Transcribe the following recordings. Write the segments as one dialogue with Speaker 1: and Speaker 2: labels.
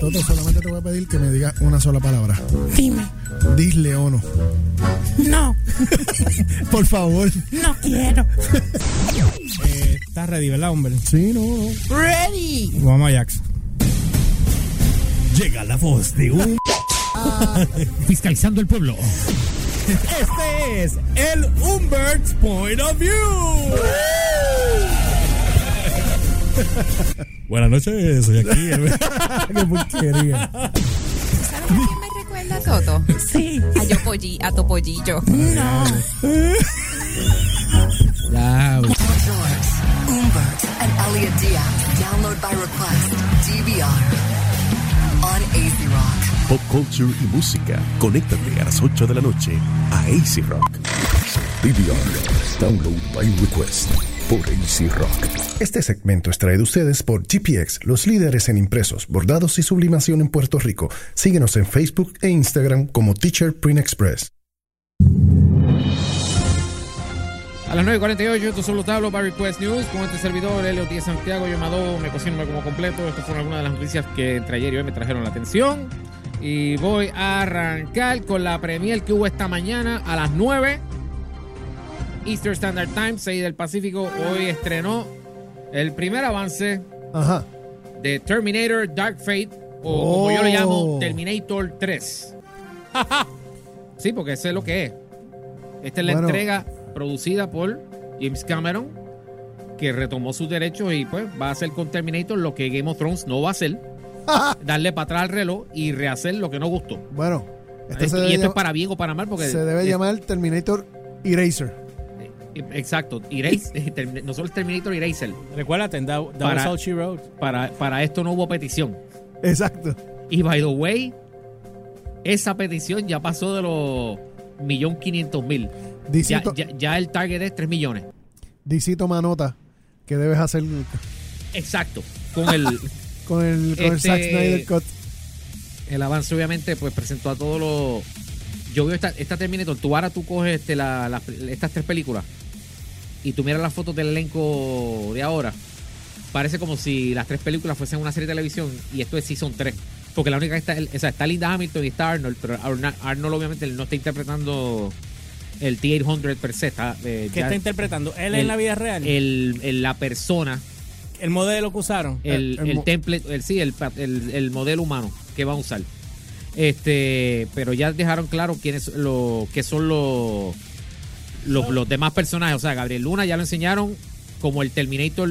Speaker 1: Toto, solamente te voy a pedir que me digas una sola palabra.
Speaker 2: Dime.
Speaker 1: Disle o no.
Speaker 2: No,
Speaker 1: Por favor.
Speaker 2: no quiero.
Speaker 3: Eh, Estás ready, ¿verdad, hombre?
Speaker 1: Sí, no, no.
Speaker 2: Ready.
Speaker 3: Vamos a Jax. Llega la voz de un...
Speaker 4: Fiscalizando el pueblo.
Speaker 3: Este es el Umbert's Point of View. Buenas noches, soy aquí.
Speaker 1: Qué porquería.
Speaker 5: ¿Sabes a quién me recuerda Toto?
Speaker 2: Sí.
Speaker 5: A Yopolli, a Topollillo.
Speaker 2: No.
Speaker 4: Ya, güey.
Speaker 6: What's yours? Umbert and Elliot Diaz. Download by request. DVR. On AC Rock.
Speaker 7: Pop culture y música. Conéctate a las 8 de la noche a AC Rock. DVR. Download by request. Por AC Rock.
Speaker 8: Este segmento es traído a ustedes por GPX, los líderes en impresos, bordados y sublimación en Puerto Rico. Síguenos en Facebook e Instagram como Teacher Print Express.
Speaker 4: A las 9.48, tu solo tablo para Request News. Con este servidor, Elio Díaz Santiago, llamado Me Cocino como completo. Estas fueron algunas de las noticias que entre ayer y hoy me trajeron la atención. Y voy a arrancar con la premier que hubo esta mañana a las 9. Eastern Standard Time, 6 del Pacífico. Hoy estrenó el primer avance
Speaker 1: Ajá.
Speaker 4: de Terminator Dark Fate, o como yo lo
Speaker 1: Oh.
Speaker 4: llamo, Terminator 3. sí, porque ese es lo que es. Esta es la
Speaker 1: Bueno.
Speaker 4: entrega producida por James Cameron, que retomó sus derechos y pues va a hacer con Terminator lo que Game of Thrones no va a hacer. darle para atrás al reloj y rehacer lo que no gustó.
Speaker 1: Bueno, este esto se
Speaker 4: Esto- y
Speaker 1: debe,
Speaker 4: esto es
Speaker 1: llam-
Speaker 4: para bien o para mal porque...
Speaker 1: se debe
Speaker 4: es-
Speaker 1: llamar Terminator Eraser.
Speaker 4: eh, Exacto, Erase- Termi- no solo es Terminator Eraser.
Speaker 3: Recuérdate, en That, That
Speaker 4: Para-
Speaker 3: Was All She Wrote.
Speaker 4: Para, para esto no hubo petición.
Speaker 1: Exacto.
Speaker 4: Y by the way, esa petición ya pasó de los millón quinientos mil.
Speaker 1: DC,
Speaker 4: Ya,
Speaker 1: to-
Speaker 4: ya- ya el target es 3 millones.
Speaker 1: DC toma nota que debes hacer
Speaker 4: Exacto. Con el,
Speaker 1: con el, con el
Speaker 4: Este-
Speaker 1: Zack Snyder Cut.
Speaker 4: el avance, obviamente, pues presentó a todos los. Yo veo esta, esta Terminator. Tú ahora tú coges este, la- las- estas tres películas y tú miras las fotos del elenco de ahora. Parece como si las tres películas fuesen una serie de televisión y esto es Season 3. Porque la única que está, o sea, está Linda Hamilton y está Arnold, pero Arna- Arnold obviamente él no está interpretando el T-800 per se. Está, eh,
Speaker 3: ¿Qué
Speaker 4: ya
Speaker 3: está interpretando? Él
Speaker 4: el- eh,
Speaker 3: en la vida real. El,
Speaker 4: el- el- la persona
Speaker 3: modelo que usaron.
Speaker 4: el,
Speaker 1: El- el
Speaker 4: el
Speaker 1: mo-
Speaker 4: template, el, sí, el, pa- el, el modelo humano que van a usar. Este, pero ya dejaron claro quiénes lo, qué son los, los, los demás personajes. O sea, Gabriel Luna ya lo enseñaron como el Terminator.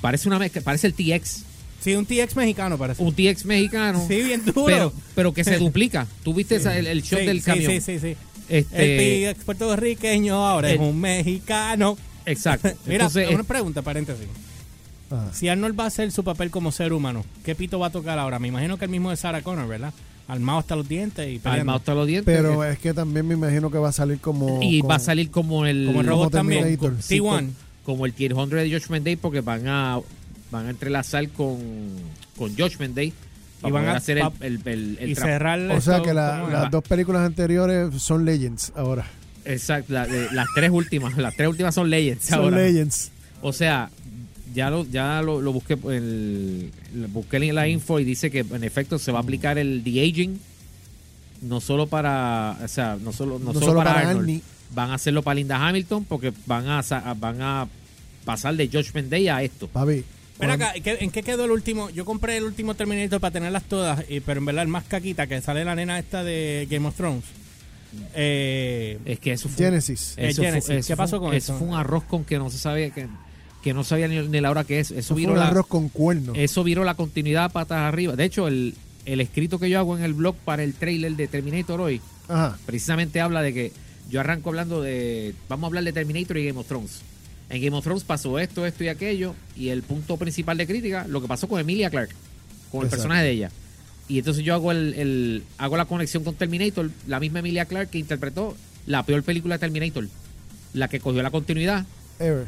Speaker 4: Parece una mezcla, parece el TX.
Speaker 3: Sí, un TX mexicano parece.
Speaker 4: Un TX mexicano.
Speaker 3: Sí, bien duro.
Speaker 4: pero, pero que se duplica. ¿Tuviste viste esa- el, el shot
Speaker 3: Sí,
Speaker 4: del
Speaker 3: sí,
Speaker 4: camión?
Speaker 3: Sí, sí, sí.
Speaker 4: Este,
Speaker 3: El TX puertorriqueño ahora
Speaker 4: el-
Speaker 3: es un mexicano.
Speaker 4: exacto.
Speaker 3: Mira,
Speaker 4: Entonces, eh, Ah.
Speaker 3: una pregunta, paréntesis.
Speaker 1: Ajá.
Speaker 3: Si Arnold va a hacer su papel como ser humano, ¿qué pito va a tocar ahora? Me imagino que el mismo de Sarah Connor, ¿verdad? Armado hasta los dientes y peleando.
Speaker 4: armado hasta los dientes. eh,
Speaker 1: Pero es que también me imagino que va a salir como.
Speaker 4: y
Speaker 1: como-
Speaker 4: va a salir como el,
Speaker 3: como el robot
Speaker 1: como
Speaker 3: también.
Speaker 1: Terminator,
Speaker 3: con
Speaker 1: sí,
Speaker 3: T1.
Speaker 4: como el Tier 100 de Judgment Day porque van a van a entrelazar con, con Judgment Day para
Speaker 3: Y van
Speaker 4: poder
Speaker 3: a-
Speaker 4: hacer el,
Speaker 3: pa-
Speaker 4: el, el- el
Speaker 3: Y
Speaker 4: tra-
Speaker 3: cerrar
Speaker 1: O sea
Speaker 3: esto,
Speaker 1: que la-
Speaker 3: ¿cómo es?
Speaker 1: las dos películas anteriores son Legends ahora.
Speaker 4: exacto la- de- las tres últimas las tres últimas son Legends
Speaker 1: Son
Speaker 4: ahora.
Speaker 1: Legends.
Speaker 4: o sea ya lo ya lo, lo busqué el, lo busqué en la info y dice que en efecto se va a aplicar el de aging no solo para o sea no solo no, solo, para, Arnold.
Speaker 1: Arnie.
Speaker 4: van a hacerlo para Linda Hamilton porque van a sa- van a pasar de Judgment Day a esto
Speaker 1: Papi.
Speaker 3: Ven acá, ¿en qué- ¿en qué quedó el último? Yo compré el último Terminator para tenerlas todas, y- pero en verdad el más caquita que sale la nena esta de Game of Thrones. Eh,
Speaker 4: es que eso fue un-
Speaker 1: Genesis.
Speaker 3: Eh, Genesis, ¿qué pasó con eso?
Speaker 4: fue un arroz con que no se sabía que, que no sabía ni, ni la hora que es. Eso,
Speaker 1: Eso fue
Speaker 4: viró
Speaker 1: un
Speaker 4: la, Eh.
Speaker 1: arroz con cuernos.
Speaker 4: eso viró la continuidad patas arriba. De hecho, el, el escrito que yo hago en el blog para el trailer de Terminator hoy,
Speaker 1: Ajá.
Speaker 4: precisamente habla de que yo arranco hablando de. Vamos a hablar de Terminator y Game of Thrones. En Game of Thrones pasó esto, esto y aquello. Y el punto principal de crítica, lo que pasó con Emilia Clark, con el
Speaker 1: Exacto.
Speaker 4: personaje de ella. Y entonces yo hago el, el- hago la conexión con Terminator, la misma Emilia Clark que interpretó la peor película de Terminator, la que cogió la continuidad,
Speaker 1: Ever.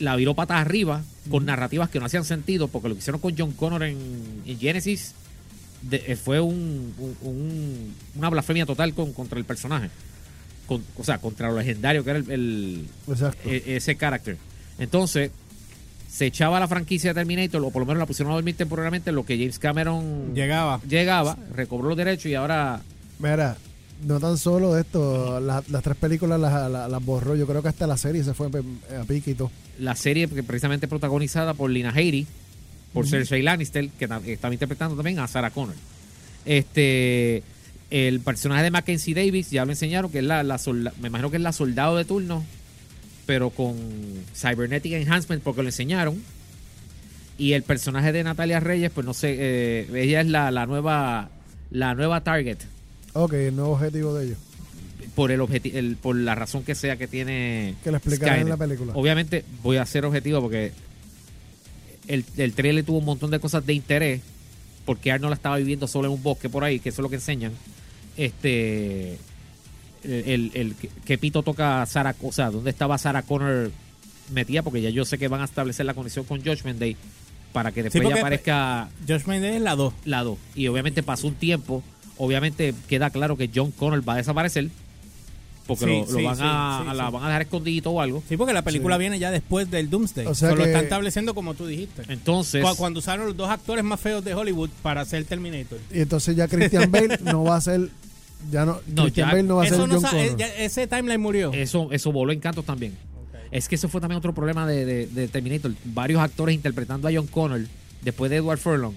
Speaker 4: la viró patas arriba con narrativas que no hacían sentido, porque lo que hicieron con John Connor en, en Genesis de- eh, fue un- un- un- una blasfemia total con, contra el personaje. Con- o sea, contra lo legendario que era el- el,
Speaker 1: Exacto.
Speaker 4: e- ese carácter. Entonces, se echaba la franquicia de Terminator, o por lo menos la pusieron a dormir temporalmente, en lo que James Cameron
Speaker 3: Llegaba.
Speaker 4: llegaba, recobró los derechos y ahora
Speaker 1: Mira, no tan solo esto, la- las tres películas las, las, las borró. Yo creo que hasta la serie se fue a pique y todo.
Speaker 4: la serie que precisamente es protagonizada por Lina Headey, por Cersei Lannister, que ta- que estaba interpretando también a Sarah Connor. Este, el personaje de Mackenzie Davis, ya lo enseñaron, que es la, la solda- me imagino que es la soldado de turno, pero con Cybernetic Enhancement, porque lo enseñaron. Y el personaje de Natalia Reyes, pues no sé, eh, ella es la, la nueva la nueva target
Speaker 1: Ok, el nuevo objetivo de ellos.
Speaker 4: por el, objeti- el- por la razón que sea que tiene
Speaker 1: Que lo explicarán en
Speaker 4: Skynet.
Speaker 1: la película.
Speaker 4: Obviamente voy a ser objetivo porque el, el trailer tuvo un montón de cosas de interés porque Arnold la estaba viviendo solo en un bosque por ahí, que eso es lo que enseñan. Este el, el, el que- que Pito toca a Sarah, o sea, dónde estaba Sarah Connor metida porque ya yo sé que van a establecer la conexión con Judgment Day para que después
Speaker 3: porque-
Speaker 4: ya aparezca
Speaker 3: Josh Mendes es la 2.
Speaker 4: lado. Y obviamente pasó un tiempo. Obviamente queda claro que John Connor va a desaparecer. Porque
Speaker 3: Sí,
Speaker 4: lo, lo
Speaker 3: sí,
Speaker 4: van,
Speaker 3: sí,
Speaker 4: a,
Speaker 3: sí,
Speaker 4: a la
Speaker 3: sí.
Speaker 4: van a dejar escondidito o algo.
Speaker 3: Sí, porque la película viene ya después del Doomsday.
Speaker 1: O sea
Speaker 3: Solo
Speaker 1: que-
Speaker 3: está estableciendo como tú dijiste.
Speaker 4: Entonces,
Speaker 3: Cu- Cuando usaron los dos actores más feos de Hollywood para hacer Terminator.
Speaker 1: Y entonces ya Christian Bale no va a ser. Ya no,
Speaker 4: No,
Speaker 1: Christian
Speaker 4: ya-
Speaker 1: Bale no va a ser
Speaker 3: Eso no
Speaker 1: John
Speaker 3: sa- eh,
Speaker 1: Connor.
Speaker 3: ya- ese timeline murió.
Speaker 4: eso, eso voló en cantos también. Es que eso fue también otro problema de, de- de Terminator. Varios actores interpretando a John Connor después de Edward Furlong.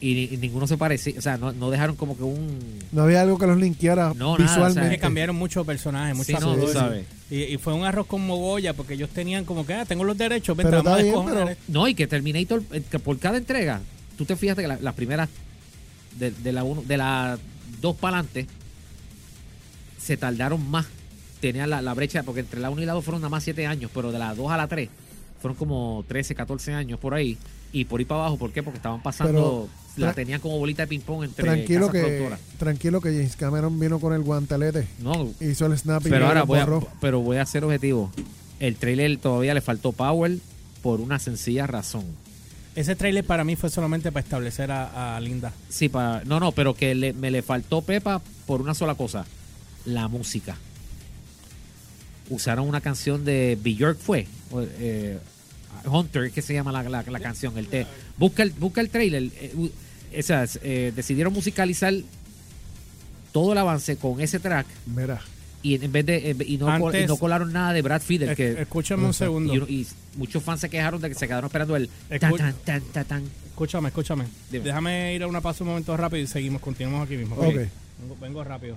Speaker 4: y, ni- y ninguno se parece. O sea, no, no dejaron como que un.
Speaker 1: No había algo que los linkeara
Speaker 4: No, nada,
Speaker 1: visualmente.
Speaker 4: o sea,
Speaker 3: que cambiaron muchos personajes,
Speaker 4: eh, Sí,
Speaker 3: muchas
Speaker 4: no, tú
Speaker 3: cosas.
Speaker 4: sabes.
Speaker 3: Y, y fue un arroz con mogolla porque ellos tenían como que, ah, tengo los derechos, vente,
Speaker 1: pero está
Speaker 3: vamos a
Speaker 1: bien,
Speaker 3: descojonar
Speaker 1: pero
Speaker 3: esto.
Speaker 4: No, y que Terminator, eh, que por cada entrega, tú te fijaste que la- las primeras de, de la uno, de la dos para adelante se tardaron más. Tenían la, la brecha, porque entre la 1 y la 2 fueron nada más 7 años, pero de la 2 a la 3 fueron como 13, 14 años por ahí. Y por ahí para abajo, ¿por qué? Porque estaban pasando,
Speaker 1: Pero,
Speaker 4: la
Speaker 1: tra-
Speaker 4: tenían como bolita de ping-pong entre
Speaker 1: tranquilo
Speaker 4: casas
Speaker 1: que,
Speaker 4: productoras.
Speaker 1: tranquilo que James Cameron vino con el guantelete.
Speaker 4: No,
Speaker 1: Hizo el snap y
Speaker 4: pero
Speaker 1: lo
Speaker 4: ahora voy a,
Speaker 1: borró.
Speaker 4: pero voy a ser objetivo. El trailer todavía le faltó Power por una sencilla razón.
Speaker 3: Ese trailer para mí fue solamente para establecer a, a Linda.
Speaker 4: Sí, para, no, no, pero que le- me le faltó Pepa por una sola cosa, la música. Usaron una canción de Bjork fue, o, eh, Hunter, que se llama la, la- la canción. El te, busca el, busca el trailer. eh, u- esas, eh, decidieron musicalizar todo el avance con ese track
Speaker 1: Mira,
Speaker 4: y en vez de en- y, no, col- y
Speaker 3: Antes-
Speaker 4: no colaron nada de Brad Fiedel
Speaker 3: Es-
Speaker 4: que
Speaker 3: escúchame un segundo.
Speaker 4: y, uno- y muchos fans se quejaron de que se quedaron esperando el tan
Speaker 3: Escu-
Speaker 4: tan tan tan, tan.
Speaker 3: Escúchame, escúchame.
Speaker 4: Dime.
Speaker 3: Déjame ir a una pausa un momento rápido y seguimos, continuamos aquí mismo.
Speaker 1: Ok.
Speaker 3: Vengo, vengo rápido.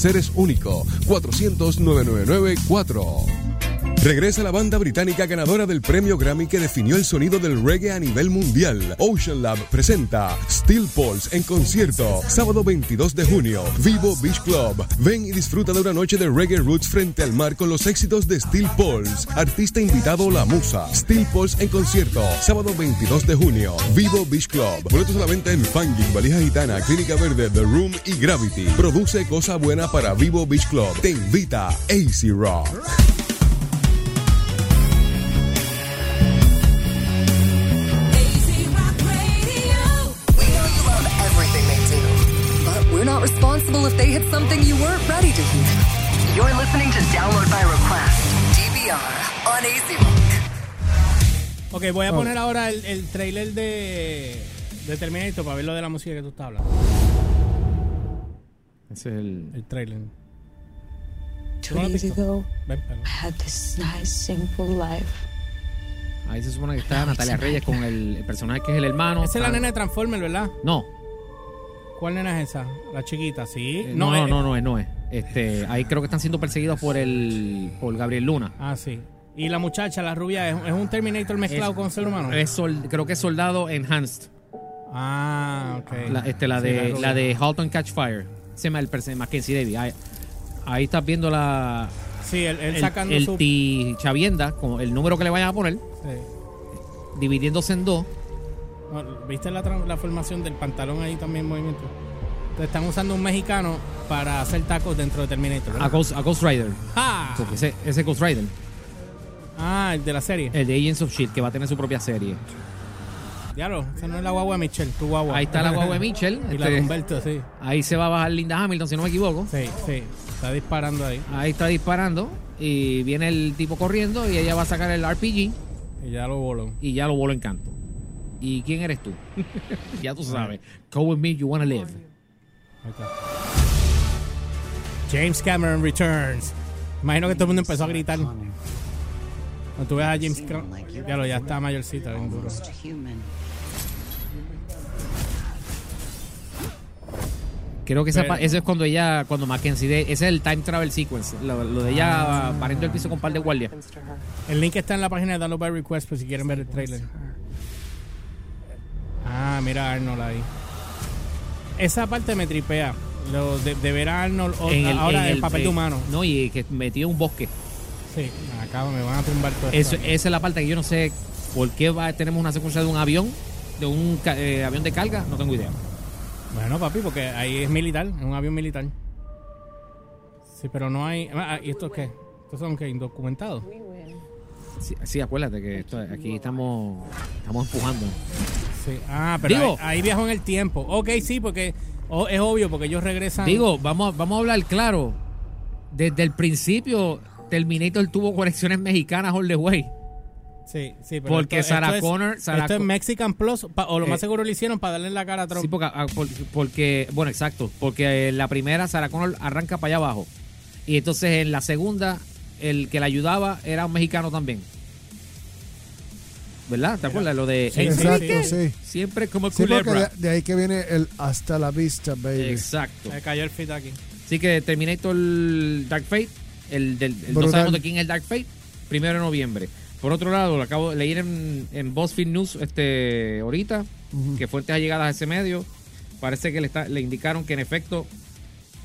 Speaker 7: es único. 400-9994. Regresa la banda británica ganadora del premio Grammy que definió el sonido del reggae a nivel mundial. Ocean Lab presenta Steel Pulse en concierto, sábado 22 de junio, Vivo Beach Club. Ven y disfruta de una noche de reggae roots frente al mar con los éxitos de Steel Pulse. Artista invitado La Musa. Steel Pulse en concierto, sábado 22 de junio, Vivo Beach Club. Boletos a la venta en Fanging, Valija Gitana, Clínica Verde, The Room y Gravity. Produce Cosa Buena para Vivo Beach Club. Te invita AC Rock.
Speaker 6: We know you love everything they do, but we're not responsible if they hit something you weren't ready to hear. You're listening to Download by Request, DVR, on AZ Rock.
Speaker 3: Ok, voy a poner ahora el, el trailer de, de Terminator para ver lo de la música que tú estás hablando.
Speaker 4: Ese es el
Speaker 3: El trailer.
Speaker 9: Two
Speaker 3: Wanna
Speaker 9: days
Speaker 3: pick up?
Speaker 9: ago,
Speaker 3: Ven, ven.
Speaker 9: I had this nice, simple life.
Speaker 4: Ahí se supone que está Natalia Reyes con el, el personaje que es el hermano.
Speaker 3: Esa es
Speaker 4: Está-
Speaker 3: la nena de Transformers, ¿verdad?
Speaker 4: No,
Speaker 3: ¿Cuál nena es esa? La chiquita, sí.
Speaker 4: eh, no, no,
Speaker 3: eh,
Speaker 4: no, no es, no es. Este, ahí creo que están siendo perseguidos por el por Gabriel Luna.
Speaker 3: Ah, sí. Y la muchacha, la rubia, es, es un Terminator mezclado
Speaker 4: Es-
Speaker 3: con ser humano.
Speaker 4: Es sol- creo que es Soldado Enhanced.
Speaker 3: ah, ok.
Speaker 4: La, este, la
Speaker 3: Sí,
Speaker 4: de
Speaker 3: rubia.
Speaker 4: la de Halt and Catch Fire. Se llama el personaje Mackenzie Davis. Ahí, ahí estás viendo la,
Speaker 3: Sí, él, él
Speaker 4: el,
Speaker 3: sacando
Speaker 4: el
Speaker 3: su.
Speaker 4: ti- chavienda, como el número que le vayan a poner,
Speaker 3: Sí.
Speaker 4: dividiéndose en dos.
Speaker 3: Bueno, ¿Viste la transformación del pantalón ahí también en movimiento? Te están usando un mexicano para hacer tacos dentro de Terminator.
Speaker 4: A
Speaker 3: ¿verdad?
Speaker 4: Ghost, a Ghost Rider.
Speaker 3: ¡Ah!
Speaker 4: Porque ese, ese Ghost Rider,
Speaker 3: Ah, el de la serie.
Speaker 4: el de Agents of Shield, que va a tener su propia serie.
Speaker 3: Diablo, esa no es la guagua de Michelle, tu guagua.
Speaker 4: Ahí está la guagua de Mitchell.
Speaker 3: y la
Speaker 4: Este,
Speaker 3: de Humberto, sí.
Speaker 4: Ahí se va a bajar Linda Hamilton, si no me equivoco.
Speaker 3: Sí, sí. Está disparando ahí.
Speaker 4: Ahí está disparando. Y viene el tipo corriendo y ella va a sacar el RPG
Speaker 3: Y ya lo voló.
Speaker 4: y ya lo voló en canto. ¿Y quién eres tú? ya tú sabes. Go with me, you wanna live.
Speaker 3: Ahí está. James Cameron Returns. Imagino que todo el mundo empezó a gritar. Cuando tú ves a James Cameron. Ya lo, ya está mayorcita. bien duro.
Speaker 4: Creo que esa,
Speaker 3: Pero-
Speaker 4: pa- eso es cuando ella, cuando Mackenzie, de- ese es el time travel sequence. Lo, lo de ella
Speaker 3: Ah.
Speaker 4: pariendo el piso con un par de guardias.
Speaker 3: El link está en la página de Download by Request por si quieren ver el trailer. Ah, mira a Arnold ahí. Esa parte me tripea. Lo de, de ver a Arnold o- ahora en el papel de
Speaker 4: eh,
Speaker 3: humano.
Speaker 4: No, y que metido en un bosque.
Speaker 3: Sí, acá me van a tumbar todo
Speaker 4: Eso-
Speaker 3: esto.
Speaker 4: esa es la parte que yo no sé por qué va, tenemos una secuencia de un avión, de un ca- eh, avión de carga, no tengo idea.
Speaker 3: Bueno, papi, porque ahí es militar, es un avión militar. Sí, pero no hay. ah, ah, ¿Y estos qué? ¿Estos son qué? ¿Indocumentados?
Speaker 4: Sí, sí, acuérdate que esto- aquí estamos, estamos empujando.
Speaker 3: Sí. Ah, pero
Speaker 4: Digo-
Speaker 3: ahí, ahí viajó en el tiempo. Ok, sí, porque o- es obvio, porque ellos regresan.
Speaker 4: Digo, vamos, a- vamos a hablar claro. Desde el principio, Terminator tuvo colecciones mexicanas all the way.
Speaker 3: Sí, sí, pero
Speaker 4: Porque Sarah
Speaker 3: es-
Speaker 4: Connor- Sarah
Speaker 3: esto es
Speaker 4: Co-
Speaker 3: Mexican Plus, pa- o lo más
Speaker 4: Eh,
Speaker 3: seguro lo hicieron para darle en la cara a Trump.
Speaker 4: Sí, porque, ah, por- porque- bueno, exacto. Porque eh, la primera, Sarah Connor arranca para allá abajo. Y entonces en la segunda, el que la ayudaba era un mexicano también. ¿Verdad? ¿Te acuerdas? Lo de
Speaker 3: Sí,
Speaker 4: "Hey,
Speaker 3: sí,
Speaker 1: Exacto,
Speaker 3: sí.
Speaker 1: sí.
Speaker 4: siempre como
Speaker 1: Sí, porque de,
Speaker 4: culebra.
Speaker 1: de ahí que viene el hasta la vista, baby.
Speaker 4: Exacto.
Speaker 3: Me cayó el fit aquí.
Speaker 4: Así que Terminator Dark Fate, el del, el- no
Speaker 1: Brutal.
Speaker 4: sabemos de quién es el Dark Fate, primero de noviembre. Por otro lado, lo acabo de leer en, en BuzzFeed News este, ahorita, que fuentes allegadas a ese medio, parece que le, está- le indicaron que en efecto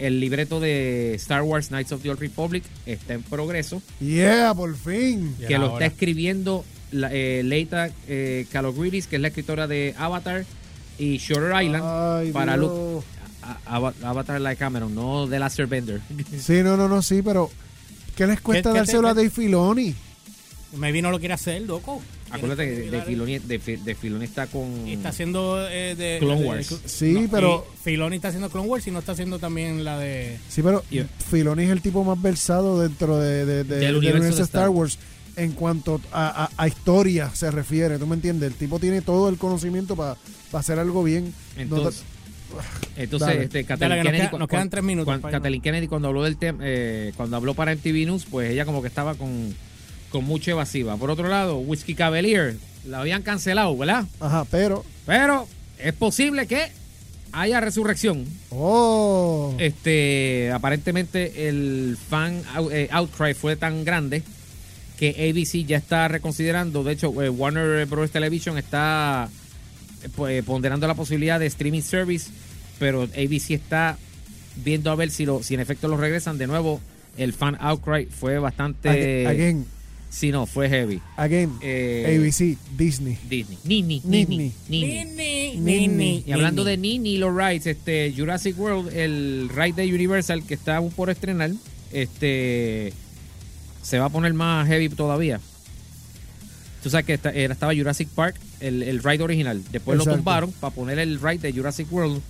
Speaker 4: el libreto de Star Wars Knights of the Old Republic está en progreso,
Speaker 1: Yeah, por fin.
Speaker 3: Ya
Speaker 4: que
Speaker 3: era
Speaker 4: lo
Speaker 3: hora.
Speaker 4: está escribiendo la- eh, Leita eh, Kalogridis, que es la escritora de Avatar y Shutter Island,
Speaker 1: Ay,
Speaker 4: para
Speaker 1: Dios.
Speaker 4: Luke. a- a- Avatar Like Cameron, no de la Servender.
Speaker 1: Sí, no, no, no, sí, pero ¿qué les cuesta
Speaker 3: ¿Qué- qué
Speaker 1: dárselo
Speaker 3: te-
Speaker 1: a Dave Filoni?
Speaker 3: Maybe no lo quiere hacer, loco.
Speaker 4: Acuérdate que
Speaker 3: Tiene
Speaker 4: de
Speaker 3: cuidar-
Speaker 4: Filoni, de, Fi- de Filoni está con.
Speaker 3: Y está haciendo eh, de
Speaker 4: Clone
Speaker 3: de-
Speaker 4: Wars.
Speaker 3: de-
Speaker 1: Sí, pero-
Speaker 3: y Filoni está haciendo Clone Wars y no está haciendo también la de
Speaker 1: Sí, pero
Speaker 4: Yeah.
Speaker 1: Filoni es el tipo más versado dentro de, de- de- del
Speaker 4: universo
Speaker 1: universo
Speaker 4: de
Speaker 1: de
Speaker 4: Star
Speaker 1: Star Wars en cuanto a, a- a historia se refiere, ¿tú me entiendes? El tipo tiene todo el conocimiento para hacer algo bien. No
Speaker 4: Entonces, entonces
Speaker 1: Dale.
Speaker 4: este,
Speaker 3: Dale,
Speaker 4: Kathleen
Speaker 3: que nos
Speaker 4: Kennedy.
Speaker 3: queda- nos quedan tres minutos,
Speaker 4: cuando-
Speaker 3: Paima.
Speaker 4: Kathleen Kennedy, cuando habló del tema, eh, cuando habló para MTV News, pues ella como que estaba con, con mucha evasiva. Por otro lado, Whiskey Cavalier la habían cancelado, ¿verdad?
Speaker 1: ta- ajá, pero.
Speaker 4: Pero es posible que haya resurrección.
Speaker 1: ¡Oh!
Speaker 4: Este, aparentemente el fan out- eh, outcry fue tan grande que ABC ya está reconsiderando. De hecho, eh, Warner Bros. Television está eh, pues, ponderando la posibilidad de streaming service, pero ABC está viendo a ver si, lo, si en efecto lo regresan de nuevo. El fan outcry fue bastante.
Speaker 1: Aga- again,
Speaker 4: Sí, no, fue heavy.
Speaker 1: again,
Speaker 4: Este, Eh,
Speaker 1: ABC, Disney.
Speaker 4: Disney. Nini,
Speaker 1: Nini.
Speaker 4: Nini, Nini.
Speaker 3: Nini,
Speaker 1: Nini.
Speaker 4: Y hablando de Nini y los rides, este, Jurassic World, el ride de Universal que está aún por estrenar, este, se va a poner más heavy todavía. Tú sabes que esta- era- estaba Jurassic Park, el, el ride original. Después lo
Speaker 1: Exacto.
Speaker 4: tumbaron para poner el ride de Jurassic World.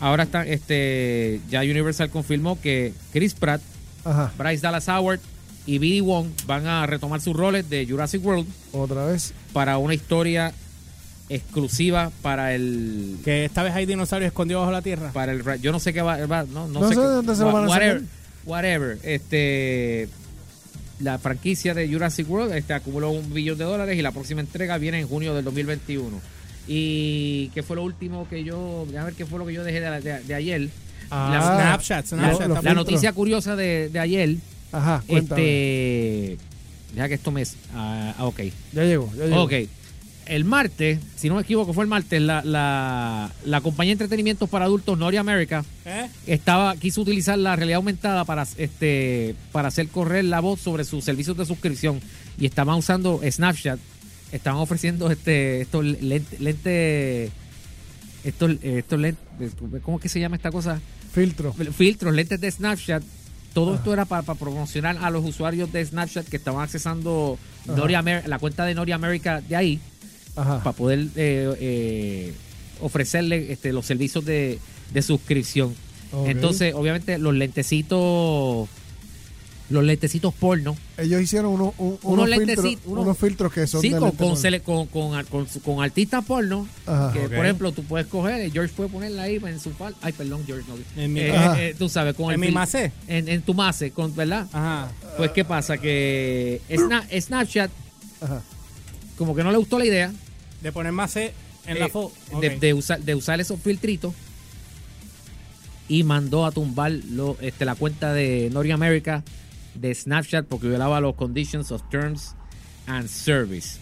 Speaker 4: Ahora está, este, ya Universal confirmó que Chris Pratt,
Speaker 1: Ajá,
Speaker 4: Bryce Dallas Howard y BD Wong van a retomar sus roles de Jurassic World
Speaker 1: otra vez.
Speaker 4: para una historia exclusiva para el
Speaker 3: que esta vez hay dinosaurios escondidos bajo la tierra.
Speaker 4: para el ra- yo no sé qué va, va- no, no,
Speaker 1: No
Speaker 4: sé
Speaker 1: sé
Speaker 4: qué-
Speaker 1: dónde se lo
Speaker 4: wha-
Speaker 1: van a
Speaker 4: whatever,
Speaker 1: sacar.
Speaker 4: whatever este la franquicia de Jurassic World este, acumuló un billón de dólares y la próxima entrega viene en junio del 2021 y qué fue lo último que yo a ver qué fue lo que yo dejé de, de- de ayer
Speaker 3: Ah,
Speaker 4: la,
Speaker 3: Snapchat,
Speaker 4: la-
Speaker 3: Snapchat.
Speaker 1: lo-
Speaker 4: la
Speaker 1: lo- filtro.
Speaker 4: noticia curiosa de, de ayer
Speaker 1: Ajá, cuéntame.
Speaker 4: este deja que esto me ah, ah, ok
Speaker 1: Ya llegó, ya llegó.
Speaker 4: Ok. el martes, si no me equivoco, fue el martes, la, la, la compañía de entretenimiento para adultos Nori America
Speaker 3: ¿Eh?
Speaker 4: estaba quiso utilizar la realidad aumentada para este para hacer correr la voz sobre sus servicios de suscripción y estaban usando Snapchat estaban ofreciendo este estos lentes lente, estos estos lentes cómo es que se llama esta cosa
Speaker 1: Filtro.
Speaker 4: filtros lentes de Snapchat todo esto era para, para promocionar a los usuarios de Snapchat que estaban accesando Nori Amer- la cuenta de Nori America de ahí
Speaker 1: Ajá.
Speaker 4: para poder eh, eh, ofrecerle este, los servicios de, de suscripción.
Speaker 1: Ok.
Speaker 4: Entonces, obviamente, los lentecitos, los lentecitos porno,
Speaker 1: Ellos hicieron unos, un-
Speaker 4: unos,
Speaker 1: unos filtros,
Speaker 4: lentecitos,
Speaker 1: unos, filtros que son
Speaker 4: sí,
Speaker 1: de
Speaker 4: con,
Speaker 1: lente
Speaker 4: con
Speaker 1: con-
Speaker 4: sele- con- con ar- con su- con artistas porno,
Speaker 1: Ajá.
Speaker 4: que
Speaker 3: Ok.
Speaker 4: por ejemplo tú puedes coger, eh, George puede ponerla ahí en su pal, ay perdón George, no,
Speaker 3: En mi-
Speaker 4: Eh,
Speaker 1: Ajá.
Speaker 4: eh, tú sabes, con
Speaker 3: ¿En
Speaker 4: el
Speaker 3: mi
Speaker 4: fil-
Speaker 3: macé?
Speaker 4: en, en tu mase, con, ¿verdad?
Speaker 3: Ajá.
Speaker 4: Pues qué pasa, que Sna- Snapchat
Speaker 1: Ajá.
Speaker 4: como que no le gustó la idea,
Speaker 3: De poner más C en la
Speaker 4: eh,
Speaker 3: foto.
Speaker 4: de, de usar, de usar esos filtritos y mandó a tumbar lo- este, la cuenta de Nori America de Snapchat porque violaba los conditions of terms and service.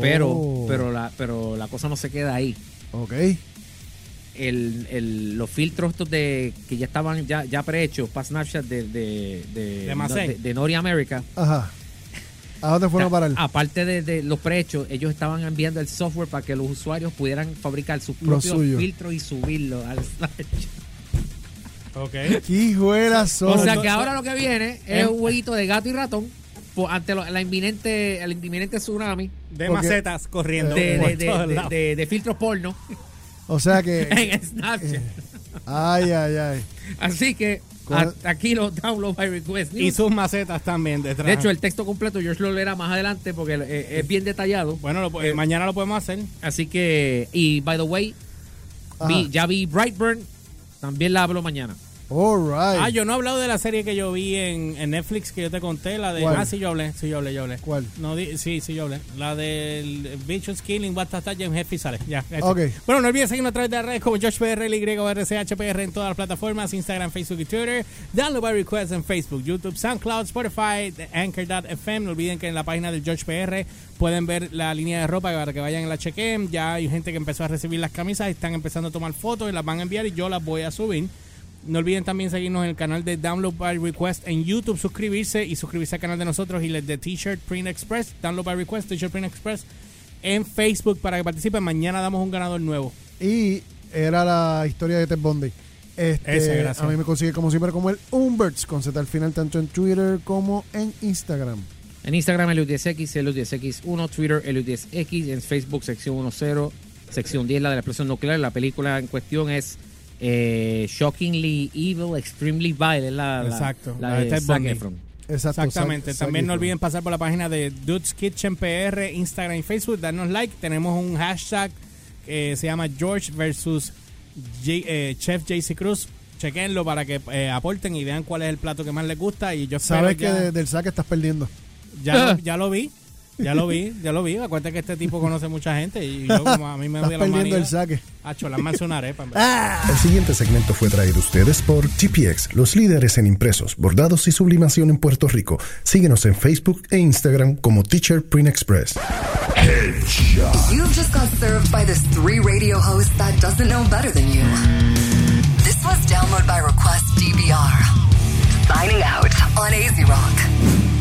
Speaker 4: Pero,
Speaker 1: Oh,
Speaker 4: pero, la, pero la cosa no se queda ahí.
Speaker 1: Ok.
Speaker 4: El, el- los filtros estos de que ya estaban ya, ya prehechos para Snapchat de, de, de,
Speaker 3: De Macé.
Speaker 4: de- de Nori America.
Speaker 1: Ajá. ¿A dónde fueron a parar?
Speaker 4: Aparte de, de los prehechos, ellos estaban enviando el software para que los usuarios pudieran fabricar sus
Speaker 1: Lo
Speaker 4: propios
Speaker 1: suyo.
Speaker 4: filtros y subirlos al Snapchat.
Speaker 3: Ok.
Speaker 1: ¡Qué hijuelas son!
Speaker 4: O sea
Speaker 3: no, Em-
Speaker 4: que
Speaker 3: no.
Speaker 4: ahora lo que viene es un jueguito de gato y ratón por- ante lo- la inminente, el inminente tsunami
Speaker 3: De
Speaker 1: Porque-
Speaker 3: macetas
Speaker 4: de,
Speaker 3: corriendo. por
Speaker 4: de- de-
Speaker 3: todos
Speaker 4: de-
Speaker 3: lados. Eh,
Speaker 4: de- de filtros porno
Speaker 1: O sea que.
Speaker 4: en Snapchat.
Speaker 1: ay, ay, ay.
Speaker 4: Así que
Speaker 1: Con-
Speaker 4: hasta aquí los download by request.
Speaker 3: y
Speaker 4: news.
Speaker 3: sus macetas también detrás.
Speaker 4: De hecho, el texto completo George lo leerá más adelante porque eh, es bien detallado.
Speaker 3: bueno, lo po-
Speaker 4: eh,
Speaker 3: mañana lo podemos hacer.
Speaker 4: Así que, y by the way, vi-
Speaker 1: Ajá.
Speaker 4: ya vi Brightburn, también la hablo mañana.
Speaker 1: All right.
Speaker 3: Ah, yo no he hablado de la serie que yo vi en, en Netflix que yo te conté, la de...
Speaker 1: ¿Cuál?
Speaker 3: Ah, sí, yo hablé, sí, yo hablé, yo hablé.
Speaker 1: ¿Cuál?
Speaker 3: No, di- sí, sí, yo hablé. La del Bitches Killing, Basta Hasta James Jeffy sale. Ya, eso.
Speaker 1: Ok.
Speaker 3: Bueno, no olvides seguirnos a través de las redes como JoshPR, YRCHPR en todas las plataformas, Instagram, Facebook y Twitter. Download by request en Facebook, YouTube, SoundCloud, Spotify, Anchor.fm. No olviden que en la página del JoshPR pueden ver la línea de ropa para que vayan y la chequen. Ya hay gente que empezó a recibir las camisas, están empezando a tomar fotos y las van a enviar y yo las voy a subir. No olviden también seguirnos en el canal de Download by Request en YouTube, suscribirse y suscribirse al canal de nosotros y el de T-Shirt Print Express, Download by Request, T-Shirt Print Express en Facebook para que participen. Mañana damos un ganador nuevo.
Speaker 1: Y era la historia de Ted Bundy. Este,
Speaker 3: Esa, gracias.
Speaker 1: a mí me consigue como siempre como el Umberts con Z al final tanto en Twitter como en Instagram.
Speaker 4: En Instagram, Eliud10X, Eliud10X1, Twitter, Eliud10X, en Facebook, sección 10, sección 10, la de la explosión nuclear. La película en cuestión es eh, Shockingly Evil, Extremely Vile, es la, la-
Speaker 3: Exacto,
Speaker 4: la,
Speaker 3: la de
Speaker 4: de,
Speaker 3: Ted
Speaker 4: Zac
Speaker 3: Bundy.
Speaker 4: Efron.
Speaker 1: Exacto,
Speaker 3: Exactamente.
Speaker 1: Zac-
Speaker 3: También
Speaker 1: Zac
Speaker 3: no
Speaker 1: Efron.
Speaker 3: olviden pasar por la página de Dudes Kitchen PR, Instagram y Facebook, darnos like. Tenemos un hashtag que se llama George versus J- eh, Chef JC Cruz. Chequenlo para que eh, aporten y vean cuál es el plato que más les gusta. Y yo espero
Speaker 1: Sabes que
Speaker 3: ya-
Speaker 1: de- del saque estás perdiendo.
Speaker 3: Ya, lo, ya lo vi, ya lo vi, ya lo vi. Acuérdate que este tipo conoce mucha gente y yo, como a mí me
Speaker 1: Estás
Speaker 3: voy a la
Speaker 1: perdiendo
Speaker 3: manía.
Speaker 1: el saque.
Speaker 3: Acho, la mansión arepa. en verdad.
Speaker 8: El siguiente segmento fue traído a ustedes por GPX, los líderes en impresos, bordados y sublimación en Puerto Rico. Síguenos en Facebook e Instagram como Teacher Print Express.
Speaker 6: You've just got served by this three radio host that doesn't know better than you. This was Download by Request DBR. Signing out on AZ Rock.